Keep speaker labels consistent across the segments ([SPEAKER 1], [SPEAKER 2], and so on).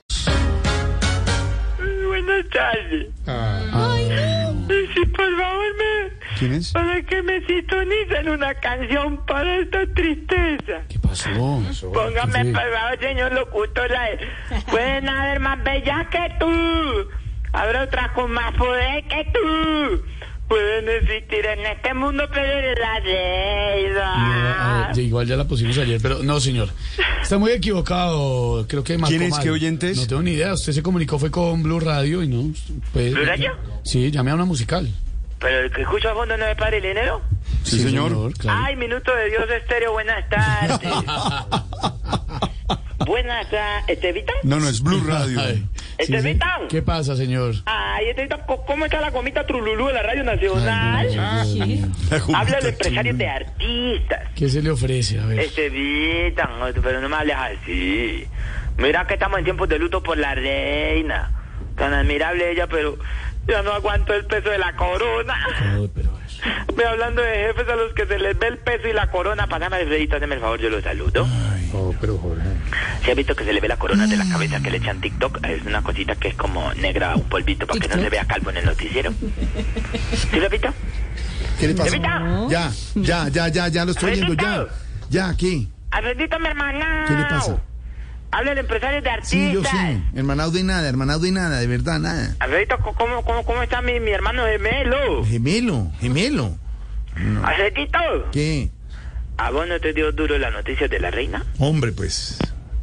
[SPEAKER 1] Buenas tardes.
[SPEAKER 2] Ah.
[SPEAKER 1] Sí, por favor, me,
[SPEAKER 3] Ah. ¿Quién es?
[SPEAKER 1] para que me sintonicen una canción para esta tristeza.
[SPEAKER 3] ¿Qué pasó?
[SPEAKER 2] Oh,
[SPEAKER 1] Póngame, por favor, señor locutor, la de, Pueden haber más bellas que tú. Habrá otras con más poder que tú. Pueden existir en este mundo, pero eres la
[SPEAKER 2] Ah,
[SPEAKER 1] deidad.
[SPEAKER 2] ya, igual ya la pusimos ayer, pero no, señor. Está muy equivocado. Creo que marcó
[SPEAKER 3] ¿Quién es?
[SPEAKER 2] mal.
[SPEAKER 3] ¿Qué oyentes?
[SPEAKER 2] No tengo ni idea. Usted se comunicó fue con Blue Radio y no. pues-
[SPEAKER 1] ¿Blue Radio?
[SPEAKER 2] Sí, llamé a una musical.
[SPEAKER 1] Pero el que escucho a fondo no me para el dinero.
[SPEAKER 3] Sí, señor.
[SPEAKER 2] claro.
[SPEAKER 1] Ay, minuto de Dios estéreo, buenas tardes. buenas tardes. ¿Estevita?
[SPEAKER 3] No, no, es Blue Radio.
[SPEAKER 2] Ay,
[SPEAKER 1] ¿Este es Vitán?
[SPEAKER 2] ¿Qué pasa, señor?
[SPEAKER 1] Ay, Estevita, co- ¿cómo está la gomita Trululú de la Radio Nacional? Habla el empresario de artistas.
[SPEAKER 2] ¿Qué se le ofrece? A
[SPEAKER 1] Este,
[SPEAKER 2] ver.
[SPEAKER 1] Estevita, no, pero no me hables así. Mira que estamos en tiempos de luto por la reina. Tan admirable ella, pero ya no aguanto el peso de la corona.
[SPEAKER 2] No, pero a ver.
[SPEAKER 1] Ve hablando de jefes a los que se les ve el peso y la corona. Pasame, Alfredito, hazme el favor, yo lo saludo. ¿Se ha visto que se le ve la corona de la cabeza que le echan TikTok? Es una cosita que es como negra, un polvito, para que no se vea calvo en el noticiero. ¿Sí lo has visto?
[SPEAKER 3] ¿Qué le pasa?
[SPEAKER 1] Evita.
[SPEAKER 3] Ya, ya, ya, ya, ya lo estoy oyendo, ya. Ya, ¿qué?
[SPEAKER 1] Alfredito, mi hermana.
[SPEAKER 3] ¿Qué le pasa?
[SPEAKER 1] Habla el empresario de artistas.
[SPEAKER 3] Sí, yo sí. Hermanado de nada, hermanado de nada, de verdad, nada.
[SPEAKER 1] Alfredito, ¿cómo- ¿cómo, cómo, cómo está mi, mi hermano gemelo?
[SPEAKER 3] Gemelo, gemelo.
[SPEAKER 1] Alfredito,
[SPEAKER 3] ¿Qué?
[SPEAKER 1] ¿a vos no te dio duro la noticia de la reina?
[SPEAKER 3] Hombre, pues.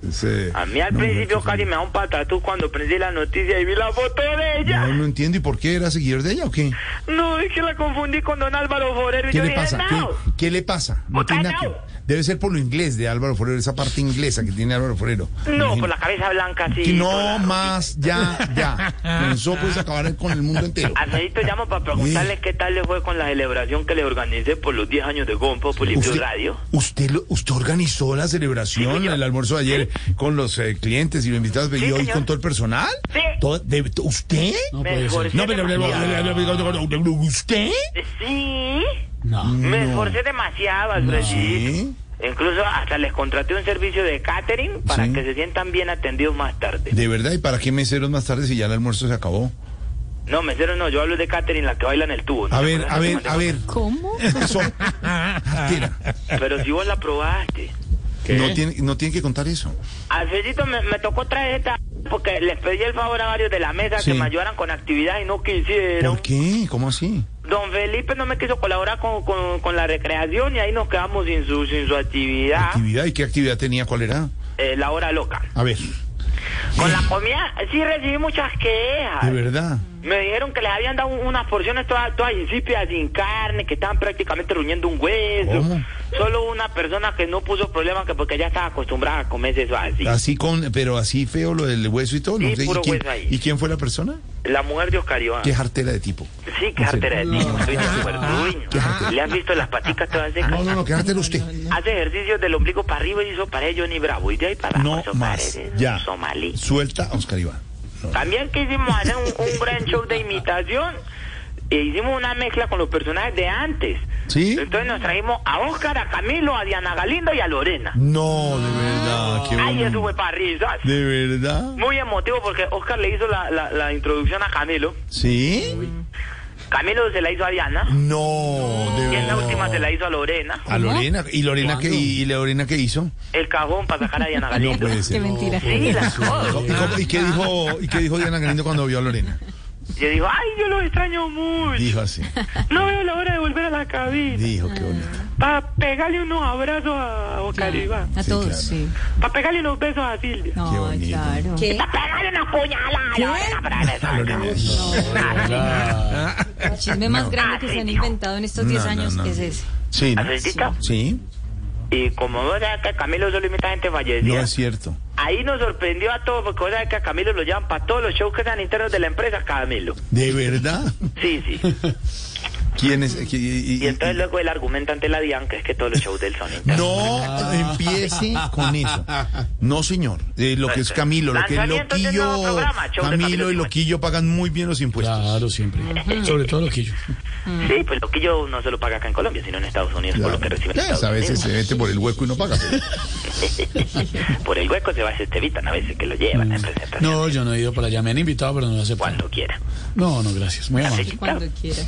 [SPEAKER 3] ese-
[SPEAKER 1] A mí al
[SPEAKER 3] no, pues,
[SPEAKER 1] principio
[SPEAKER 3] no,
[SPEAKER 1] casi me da un patatús cuando prendí la noticia y vi la foto de ella.
[SPEAKER 3] No, no entiendo. ¿Y por qué era seguidor de ella o qué?
[SPEAKER 1] No, es que la confundí con don Álvaro Forero. y
[SPEAKER 3] ¿Qué
[SPEAKER 1] yo
[SPEAKER 3] le
[SPEAKER 1] dije,
[SPEAKER 3] pasa? ¿Qué,
[SPEAKER 1] no.
[SPEAKER 3] qué le pasa? No tiene nada que-
[SPEAKER 1] Botana.
[SPEAKER 3] Debe ser por lo inglés de Álvaro Forero, esa parte inglesa que tiene Álvaro Forero.
[SPEAKER 1] No, por la cabeza blanca, sí.
[SPEAKER 3] Que
[SPEAKER 1] toda
[SPEAKER 3] no
[SPEAKER 1] la-
[SPEAKER 3] más, ya, ya. Pensó pues acabar con el mundo entero.
[SPEAKER 1] Alfredito llamo para
[SPEAKER 3] Eh.
[SPEAKER 1] preguntarle qué tal le fue con la celebración que le organicé por los 10 años de Gompo por Limpio Radio.
[SPEAKER 3] usted, lo- usted organizó la celebración,
[SPEAKER 1] Sí, señor.
[SPEAKER 3] el almuerzo de ayer con los eh, clientes y los invitados y hoy
[SPEAKER 1] señor.
[SPEAKER 3] con todo el personal.
[SPEAKER 1] Sí.
[SPEAKER 3] Todo- de- to- ¿Usted?
[SPEAKER 2] No puede ser.
[SPEAKER 3] No, pero- ¿Usted?
[SPEAKER 1] Sí,
[SPEAKER 2] No.
[SPEAKER 1] me esforcé demasiado, Alfredito.
[SPEAKER 3] Sí.
[SPEAKER 1] Incluso hasta les contraté un servicio de catering para
[SPEAKER 3] Sí.
[SPEAKER 1] que se sientan bien atendidos más tarde.
[SPEAKER 3] De verdad, ¿y para qué meseros más tarde si ya el almuerzo se acabó?
[SPEAKER 1] No, mesero no, yo hablo de catering, la que baila en el tubo. ¿no?
[SPEAKER 3] A
[SPEAKER 1] ¿Te
[SPEAKER 3] ver,
[SPEAKER 1] acuerdas
[SPEAKER 3] a
[SPEAKER 1] que
[SPEAKER 3] ver,
[SPEAKER 1] mandé
[SPEAKER 3] a
[SPEAKER 1] foto?
[SPEAKER 3] ver.
[SPEAKER 4] ¿Cómo?
[SPEAKER 3] Eso. Tira.
[SPEAKER 1] Pero si vos la probaste.
[SPEAKER 3] No tiene, no tiene que contar eso.
[SPEAKER 1] Alfredito, me, me tocó traer esta porque les pedí el favor a varios de la mesa
[SPEAKER 3] Sí.
[SPEAKER 1] que me ayudaran con actividad y no quisieron.
[SPEAKER 3] ¿Por qué? ¿Cómo así?
[SPEAKER 1] Don Felipe no me quiso colaborar con, con- con la recreación y ahí nos quedamos sin su, sin su actividad,
[SPEAKER 3] ¿Actividad? ¿Y qué actividad tenía? ¿Cuál era?
[SPEAKER 1] eh, la hora loca.
[SPEAKER 3] A ver.
[SPEAKER 1] Con la comida sí recibí muchas
[SPEAKER 3] De
[SPEAKER 1] quejas.
[SPEAKER 3] verdad.
[SPEAKER 1] Me dijeron que les habían dado un- unas porciones todas, todas insípidas, sin carne, que estaban prácticamente ruñendo un hueso.
[SPEAKER 3] ¿Cómo?
[SPEAKER 1] Solo una persona que no puso problema que porque ya estaba acostumbrada a comerse eso así.
[SPEAKER 3] Así con, pero así feo lo del hueso y todo. no
[SPEAKER 1] Sí,
[SPEAKER 3] sé, ¿y,
[SPEAKER 1] puro
[SPEAKER 3] quién,
[SPEAKER 1] hueso ahí.
[SPEAKER 3] ¿Y quién fue la persona?
[SPEAKER 1] La mujer de Oscar Iván.
[SPEAKER 3] Qué jartera de tipo.
[SPEAKER 1] Sí, qué jartera de ti, estoy de acuerdo. Uy,
[SPEAKER 3] Qué jartera.
[SPEAKER 1] ¿Le han visto las paticas todas secas?
[SPEAKER 3] No, no, no, qué jartera usted.
[SPEAKER 1] Hace ejercicios del ombligo para arriba y hizo pared Johnny Bravo. Y de ahí para
[SPEAKER 3] No
[SPEAKER 1] abajo, hizo
[SPEAKER 3] más.
[SPEAKER 1] paredes,
[SPEAKER 3] Ya.
[SPEAKER 1] Somalí.
[SPEAKER 3] Suelta a Oscar Iván.
[SPEAKER 1] También quisimos hacer un, un gran show de imitación. E hicimos una mezcla con los personajes de antes.
[SPEAKER 3] ¿Sí?
[SPEAKER 1] Entonces nos trajimos a Óscar, a Camilo, a Diana Galindo y a Lorena.
[SPEAKER 3] No, de verdad. Qué
[SPEAKER 1] Ay,
[SPEAKER 3] bueno.
[SPEAKER 1] eso fue para risas.
[SPEAKER 3] De verdad.
[SPEAKER 1] Ah, Muy emotivo porque Óscar le hizo la, la- la introducción a Camilo.
[SPEAKER 3] ¿Sí?
[SPEAKER 1] Camilo se la hizo a Diana.
[SPEAKER 3] No, de
[SPEAKER 1] Y
[SPEAKER 3] verdad.
[SPEAKER 1] en la última se la hizo a Lorena.
[SPEAKER 3] A Lorena. ¿Y Lorena qué, y Lorena qué hizo?
[SPEAKER 1] El cajón para sacar a Diana
[SPEAKER 3] No
[SPEAKER 1] Galindo.
[SPEAKER 3] puede ser.
[SPEAKER 5] mentira.
[SPEAKER 1] Sí, las
[SPEAKER 3] ¿Y,
[SPEAKER 1] dos.
[SPEAKER 3] cómo- y qué dijo, ¿Y qué dijo Diana Galindo cuando vio a Lorena?
[SPEAKER 1] Yo digo, ay, yo los extraño mucho.
[SPEAKER 3] Dijo así.
[SPEAKER 1] No veo la hora de volver a la cabina.
[SPEAKER 3] Dijo, qué bonito.
[SPEAKER 1] Para pegarle unos abrazos a Oscar Iván.
[SPEAKER 5] A
[SPEAKER 3] Sí,
[SPEAKER 5] todos,
[SPEAKER 3] claro.
[SPEAKER 5] sí.
[SPEAKER 1] Para pegarle unos besos a Silvia.
[SPEAKER 3] Qué
[SPEAKER 5] No,
[SPEAKER 3] bonito.
[SPEAKER 5] claro.
[SPEAKER 1] Para pegarle una puñalada a Lorena
[SPEAKER 3] A
[SPEAKER 1] Branes.
[SPEAKER 3] Lorena.
[SPEAKER 2] Hola.
[SPEAKER 5] El chisme más
[SPEAKER 3] No.
[SPEAKER 1] Ah,
[SPEAKER 5] grande que se han inventado en estos 10
[SPEAKER 3] No, no,
[SPEAKER 5] años
[SPEAKER 3] no.
[SPEAKER 5] es ese.
[SPEAKER 3] Sí. ¿no?
[SPEAKER 1] ¿Alfredito?
[SPEAKER 3] Sí.
[SPEAKER 1] Y como vos sabes que Camilo solo imita gente
[SPEAKER 3] No
[SPEAKER 1] fallecida,
[SPEAKER 3] es cierto.
[SPEAKER 1] Ahí nos sorprendió a todos, porque cosa que a Camilo lo llevan para todos los shows que sean internos de la empresa, Camilo.
[SPEAKER 3] ¿De verdad?
[SPEAKER 1] Sí, sí.
[SPEAKER 3] ¿Quién es? ¿Qui- y- y-
[SPEAKER 1] Y entonces luego él argumenta ante la DIAN que es que todos los shows del son internos.
[SPEAKER 3] No empiece
[SPEAKER 5] Ah, pues
[SPEAKER 3] con eso. No, señor. Eh, lo que es Camilo, lo que es
[SPEAKER 1] Pues, Lanzamiento del
[SPEAKER 3] Loquillo,
[SPEAKER 1] nuevo programa, show de
[SPEAKER 3] Camilo
[SPEAKER 1] Camilo
[SPEAKER 3] y Loquillo pagan muy bien los impuestos.
[SPEAKER 2] Claro, siempre. Sobre todo Loquillo.
[SPEAKER 3] Mm.
[SPEAKER 1] Sí, pues lo que yo no se lo paga acá en Colombia, sino en Estados Unidos, por lo que reciben en
[SPEAKER 3] Ya,
[SPEAKER 1] Estados
[SPEAKER 3] Pues, a veces se
[SPEAKER 1] Unidos.
[SPEAKER 3] mete por el hueco y no paga. pero-
[SPEAKER 1] Por el hueco se va a hacer Estevitan, a veces que lo
[SPEAKER 3] Mm.
[SPEAKER 1] llevan en presentación.
[SPEAKER 2] No, yo no he ido para allá. Me han invitado, pero no lo acepto.
[SPEAKER 1] Cuando quiera.
[SPEAKER 2] No, no, gracias. Muy amable.
[SPEAKER 5] Cuando quiera.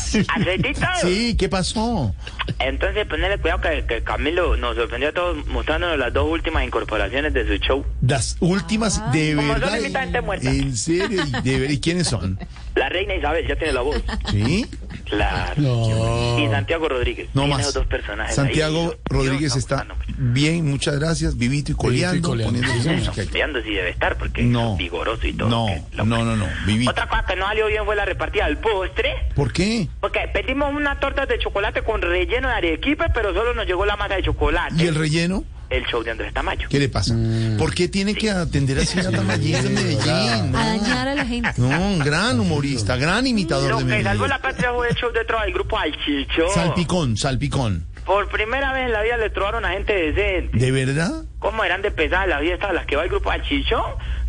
[SPEAKER 1] Aceitito.
[SPEAKER 3] Sí, ¿qué pasó?
[SPEAKER 1] Entonces, ponerle cuidado que, que Camilo nos sorprendió a todos mostrándonos las dos últimas incorporaciones de su show.
[SPEAKER 3] Las últimas,
[SPEAKER 5] Ah,
[SPEAKER 3] de
[SPEAKER 1] Como son
[SPEAKER 3] verdad.
[SPEAKER 1] mitad gente muerta.
[SPEAKER 3] En serio, ¿y de ver- ¿y quiénes son?
[SPEAKER 1] La reina Isabel ya tiene la voz.
[SPEAKER 3] ¿Sí?
[SPEAKER 1] Claro.
[SPEAKER 2] No.
[SPEAKER 1] Y Santiago Rodríguez.
[SPEAKER 3] No
[SPEAKER 1] Tiene
[SPEAKER 3] más.
[SPEAKER 1] esos dos personajes. ahí.
[SPEAKER 3] Santiago
[SPEAKER 1] Dios,
[SPEAKER 3] Rodríguez
[SPEAKER 1] no,
[SPEAKER 3] está
[SPEAKER 1] no,
[SPEAKER 3] bien, muchas gracias, vivito y coleando.
[SPEAKER 2] coleando.
[SPEAKER 3] poniendo-
[SPEAKER 2] Sí, señor.
[SPEAKER 3] Ok.
[SPEAKER 1] Veando si debe estar porque
[SPEAKER 3] No.
[SPEAKER 1] es vigoroso y todo.
[SPEAKER 3] No,
[SPEAKER 1] que lo-
[SPEAKER 3] no, no, no, vivito.
[SPEAKER 1] Otra cosa que no salió bien fue la repartida del postre.
[SPEAKER 3] ¿Por qué?
[SPEAKER 1] Porque pedimos una torta de chocolate con relleno de arequipe, pero solo nos llegó la masa de chocolate.
[SPEAKER 3] ¿Y el relleno?
[SPEAKER 1] El show de Andrés Tamayo.
[SPEAKER 3] ¿Qué le pasa? ¿Por qué tiene que atender así a Tamayín de Medellín?
[SPEAKER 5] A dañar a la gente.
[SPEAKER 3] No, un gran humorista, gran imitador
[SPEAKER 1] Lo
[SPEAKER 3] de
[SPEAKER 1] que salvó
[SPEAKER 3] Medellín.
[SPEAKER 1] la patria fue el show de trova del grupo Alchicho.
[SPEAKER 3] Salpicón, salpicón.
[SPEAKER 1] Por primera vez en la vida le trobaron a gente decente.
[SPEAKER 3] ¿De verdad?
[SPEAKER 1] ¿Cómo eran de pesadas las fiestas a las que va el grupo Alchicho?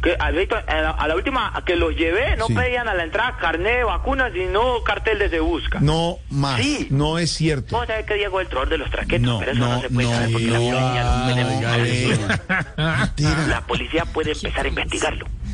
[SPEAKER 1] Que al grito- a, la, a la última a que los llevé, no
[SPEAKER 3] Sí.
[SPEAKER 1] pedían a la entrada carnet de vacunas, sino cartel de se busca.
[SPEAKER 3] No más.
[SPEAKER 1] Sí.
[SPEAKER 3] No es cierto.
[SPEAKER 1] Vos sabés que Diego es el trovador de los traquetos,
[SPEAKER 3] No,
[SPEAKER 1] pero eso no,
[SPEAKER 3] no,
[SPEAKER 1] se puede
[SPEAKER 3] no,
[SPEAKER 1] saber porque la
[SPEAKER 3] no,
[SPEAKER 1] policía no puede
[SPEAKER 3] no,
[SPEAKER 1] buscar
[SPEAKER 3] Gabriel.
[SPEAKER 1] eso. La policía puede empezar a investigarlo.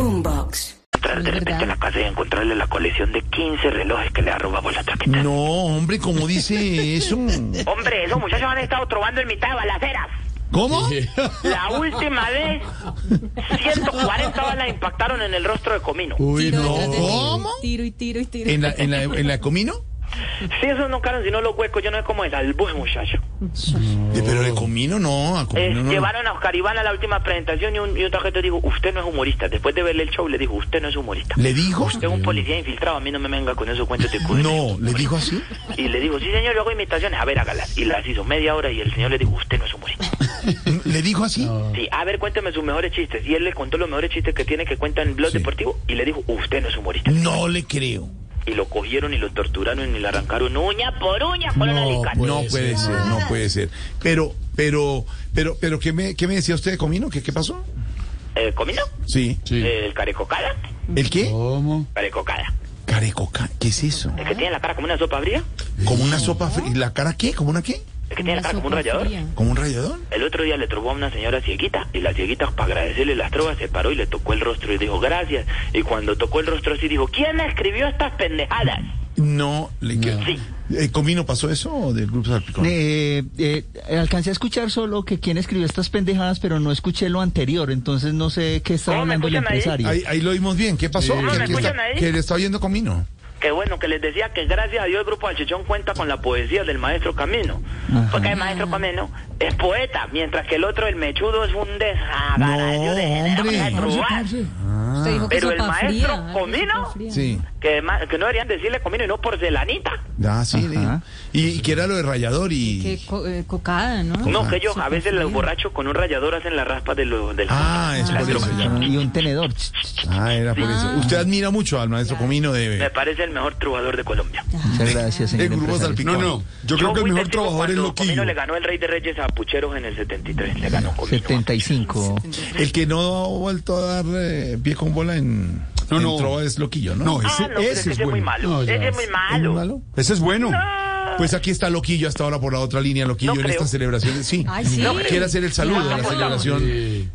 [SPEAKER 6] Boombox.
[SPEAKER 1] entrar de
[SPEAKER 5] Es
[SPEAKER 1] repente a la
[SPEAKER 5] verdad.
[SPEAKER 1] casa y encontrarle la colección de 15 relojes que le ha robado la chaqueta.
[SPEAKER 3] No, hombre, ¿cómo dice eso?
[SPEAKER 5] Mm.
[SPEAKER 1] Hombre, esos muchachos han estado trovando en mitad de balaceras.
[SPEAKER 3] ¿Cómo?
[SPEAKER 1] La última vez, 140 balas impactaron en el rostro de Comino.
[SPEAKER 2] Uy,
[SPEAKER 5] Tiro
[SPEAKER 2] no.
[SPEAKER 5] detrás de tiro.
[SPEAKER 3] ¿Cómo?
[SPEAKER 5] Tiro y tiro y tiro.
[SPEAKER 3] ¿En la, en la, en la de Comino?
[SPEAKER 1] Si esos no caron, sino los huecos, yo no sé cómo es el buen muchacho.
[SPEAKER 3] De- Eh, Pero de Comino no, a
[SPEAKER 1] Eh,
[SPEAKER 3] Comino no.
[SPEAKER 1] Llevaron a Oscar Iván a la última presentación y un, y un tarjeto dijo, usted no es humorista. Después de verle el show, le dijo, usted no es humorista.
[SPEAKER 3] ¿Le dijo?
[SPEAKER 1] Usted es un policía infiltrado, a mí no me venga con esos cuentos de culo.
[SPEAKER 3] No, ¿le dijo así?
[SPEAKER 1] Y le dijo, sí señor, yo hago imitaciones, a ver, hágalas. Y las hizo media hora y el señor le dijo, usted no es humorista.
[SPEAKER 3] Ah. ¿Le dijo así?
[SPEAKER 1] Sí, a ver, cuénteme sus mejores chistes. Y él le contó los mejores chistes que tiene que cuenta en Blog
[SPEAKER 3] Sí.
[SPEAKER 1] Deportivo y le dijo, usted no es humorista.
[SPEAKER 3] No le creo.
[SPEAKER 1] Y lo cogieron y lo torturaron y le arrancaron uña por uña con un
[SPEAKER 2] No,
[SPEAKER 1] alicate.
[SPEAKER 2] pues.
[SPEAKER 3] No puede ser, no puede ser. Pero, pero, pero, pero, ¿qué me, qué me decía usted de Comino? ¿Qué, qué pasó?
[SPEAKER 1] Eh, ¿Comino?
[SPEAKER 3] Sí.
[SPEAKER 2] Sí.
[SPEAKER 1] Eh, El carecocada.
[SPEAKER 3] ¿El qué?
[SPEAKER 2] ¿Cómo?
[SPEAKER 1] Carecocada.
[SPEAKER 3] Carecoca, ¿qué es eso?
[SPEAKER 1] El que tiene la cara como una sopa fría.
[SPEAKER 3] ¿Como una sopa fría? ¿La cara qué? ¿Como una qué?
[SPEAKER 1] El que tiene la cara como un rayador.
[SPEAKER 3] ¿Como un ralladón?
[SPEAKER 1] El otro día le trovó a una señora cieguita y la cieguita para agradecerle las trovas se paró y le tocó el rostro y dijo gracias. Y cuando tocó el rostro así dijo, ¿quién escribió estas pendejadas?
[SPEAKER 3] No, le queda.
[SPEAKER 1] Sí.
[SPEAKER 3] Eh, ¿Comino pasó eso o del grupo Salpicón?
[SPEAKER 7] Eh, eh, alcancé a escuchar solo que quien escribió estas pendejadas, pero no escuché lo anterior, entonces no sé qué estaba
[SPEAKER 1] ¿Cómo me
[SPEAKER 7] hablando el
[SPEAKER 1] escuchan ahí?
[SPEAKER 7] empresario.
[SPEAKER 3] Ahí, ahí lo vimos bien. ¿Qué pasó?
[SPEAKER 2] Sí.
[SPEAKER 3] Que
[SPEAKER 1] ¿No me
[SPEAKER 3] aquí está-
[SPEAKER 1] escuchan ahí?
[SPEAKER 3] que le está oyendo Comino.
[SPEAKER 1] Que bueno, que les decía que gracias a Dios el grupo Alchichón cuenta con la poesía del maestro Camino. Porque el maestro Camino es poeta, mientras que el otro, el mechudo, es un desagradable
[SPEAKER 3] No,
[SPEAKER 1] de género,
[SPEAKER 3] hombre.
[SPEAKER 1] que es trovar.
[SPEAKER 5] Usted dijo que
[SPEAKER 1] Pero el
[SPEAKER 5] sopa
[SPEAKER 1] maestro
[SPEAKER 5] fría, ah, que
[SPEAKER 1] Comino,
[SPEAKER 5] sopa fría.
[SPEAKER 3] Sí.
[SPEAKER 1] Que, ma- que no deberían decirle Comino y no porcelanita.
[SPEAKER 3] Ah, sí.
[SPEAKER 7] Ajá.
[SPEAKER 3] Y, y que era lo de rayador
[SPEAKER 5] Que
[SPEAKER 3] y...
[SPEAKER 5] co- eh, cocada, ¿no?
[SPEAKER 4] Ah,
[SPEAKER 1] No, que ellos a
[SPEAKER 5] Sopa
[SPEAKER 1] veces los
[SPEAKER 5] fría.
[SPEAKER 1] borrachos con un rallador hacen la raspa de lo, del...
[SPEAKER 3] Ah, es por eso.
[SPEAKER 7] Ah, y un tenedor. Ch, ch, ch.
[SPEAKER 3] Ah, era por eso. Usted admira mucho al maestro Comino
[SPEAKER 1] Me
[SPEAKER 3] de...
[SPEAKER 1] parece el mejor trovador de Colombia.
[SPEAKER 7] Muchas gracias, señor
[SPEAKER 3] El grupo
[SPEAKER 7] empresario.
[SPEAKER 3] Salpicón.
[SPEAKER 2] Yo
[SPEAKER 1] fui testigo cuando Comino le ganó el Rey de Reyes a Pucheros en el 73. Le ganó Comino.
[SPEAKER 7] 75.
[SPEAKER 3] El que no ha vuelto a dar eh, pie con bola en,
[SPEAKER 8] No,
[SPEAKER 3] en
[SPEAKER 8] no.
[SPEAKER 3] trova es Loquillo, ¿no?
[SPEAKER 8] No,
[SPEAKER 1] Ah,
[SPEAKER 8] ese,
[SPEAKER 1] no, pero
[SPEAKER 8] ese
[SPEAKER 1] es
[SPEAKER 8] es
[SPEAKER 1] que ese es muy
[SPEAKER 8] bueno.
[SPEAKER 1] malo.
[SPEAKER 2] No, ya.
[SPEAKER 1] ese es muy
[SPEAKER 3] ¿Es
[SPEAKER 1] malo.
[SPEAKER 3] malo?
[SPEAKER 8] Ese es bueno.
[SPEAKER 3] Pues aquí está Loquillo hasta ahora por la otra línea, Loquillo
[SPEAKER 1] No
[SPEAKER 3] en
[SPEAKER 1] creo.
[SPEAKER 3] estas celebraciones. Sí.
[SPEAKER 5] Ay, sí. No creo.
[SPEAKER 3] Quiere hacer el saludo,
[SPEAKER 1] Ya
[SPEAKER 3] la
[SPEAKER 1] lo
[SPEAKER 3] celebración,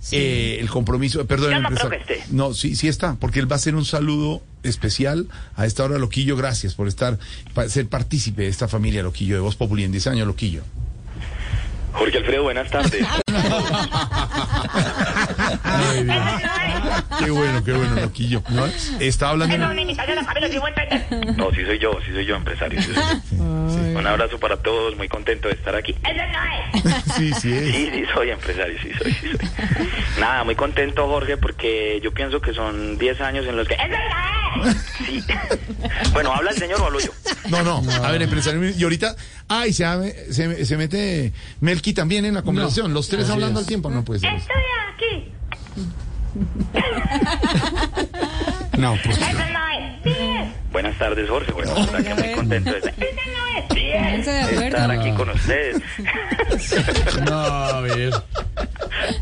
[SPEAKER 2] Sí.
[SPEAKER 3] eh, el compromiso. eh, Perdón,
[SPEAKER 1] Ya
[SPEAKER 3] el
[SPEAKER 1] no creo
[SPEAKER 3] empresario.
[SPEAKER 1] que esté.
[SPEAKER 3] No, sí, sí está, porque él va a hacer un saludo especial a esta hora, Loquillo. Gracias por estar, pa- ser partícipe de esta familia, Loquillo, de Voz Populi en 10 años, Loquillo.
[SPEAKER 1] Jorge Alfredo, buenas tardes.
[SPEAKER 3] Muy bien. Qué bueno, qué bueno, Loquillo. ¿No? Estaba hablando... en-
[SPEAKER 1] No, sí soy yo, sí soy yo, empresario. sí soy yo. Un abrazo para todos, muy contento de estar aquí.
[SPEAKER 3] Sí, sí es.
[SPEAKER 1] Sí, sí, soy empresario, sí, soy, sí, soy. Nada, muy contento, Jorge, porque yo pienso que son 10 años en los que... Sí. Bueno, ¿habla el señor o hablo yo?
[SPEAKER 3] No, no, a ver, empresario. Y ahorita, ay, se, ame- se, se mete Melqui también en la conversación. Los tres hablando al tiempo, no puede ser.
[SPEAKER 6] Estoy aquí.
[SPEAKER 2] No, pues.
[SPEAKER 6] Eso no es. Bien.
[SPEAKER 1] Buenas tardes, Jorge. Bueno, la verdad que muy contento de estar,
[SPEAKER 6] Eso no es. Bien.
[SPEAKER 5] Pónganse de
[SPEAKER 1] estar
[SPEAKER 5] acuerdo.
[SPEAKER 1] aquí con ustedes.
[SPEAKER 2] No, a ver.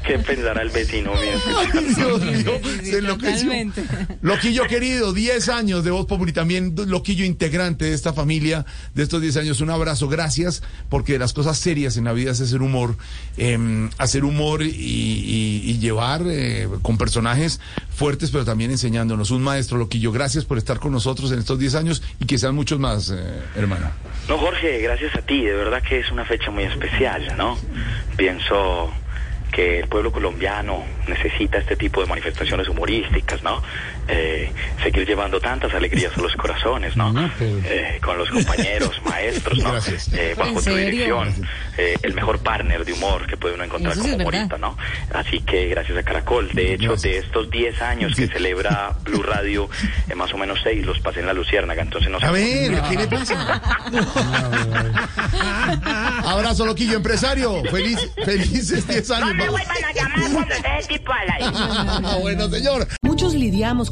[SPEAKER 1] ¿Qué pensará el vecino mío?
[SPEAKER 3] Dios mío,
[SPEAKER 5] sí,
[SPEAKER 3] se enloqueció.
[SPEAKER 5] totalmente.
[SPEAKER 3] Loquillo querido, 10 años de Voz Populi, también Loquillo integrante de esta familia de estos 10 años. Un abrazo, gracias, porque de las cosas serias en la vida es hacer humor, eh, hacer humor y, y- y llevar eh, con personajes fuertes, pero también enseñándonos. Un maestro, Loquillo, gracias por estar con nosotros en estos 10 años y que sean muchos más, eh, hermana.
[SPEAKER 1] No, Jorge, gracias a ti. De verdad que es una fecha muy especial, ¿no? Pienso que el pueblo colombiano necesita este tipo de manifestaciones humorísticas, ¿no? Eh, seguir llevando tantas alegrías a los corazones, ¿no?
[SPEAKER 2] No, pero-
[SPEAKER 1] Eh, con los compañeros, maestros, ¿no?
[SPEAKER 3] Gracias.
[SPEAKER 1] Eh,
[SPEAKER 5] ¿En
[SPEAKER 1] bajo tu
[SPEAKER 5] serio?
[SPEAKER 1] dirección, eh, el mejor partner de humor que puede uno encontrar
[SPEAKER 5] Eso sí
[SPEAKER 1] como
[SPEAKER 5] es verdad.
[SPEAKER 1] humorista, ¿no? Así que gracias a Caracol. De hecho, de estos 10 años que celebra Blue Radio, eh, más o menos 6 los pasé en la Luciérnaga, entonces no sé.
[SPEAKER 3] A ver, ¿qué le pasa? Abrazo, Loquillo, empresario. Feliz, felices 10
[SPEAKER 6] No me
[SPEAKER 3] años.
[SPEAKER 6] vuelvan a llamar cuando esté el tipo al aire.
[SPEAKER 3] bueno, señor.
[SPEAKER 4] Muchos lidiamos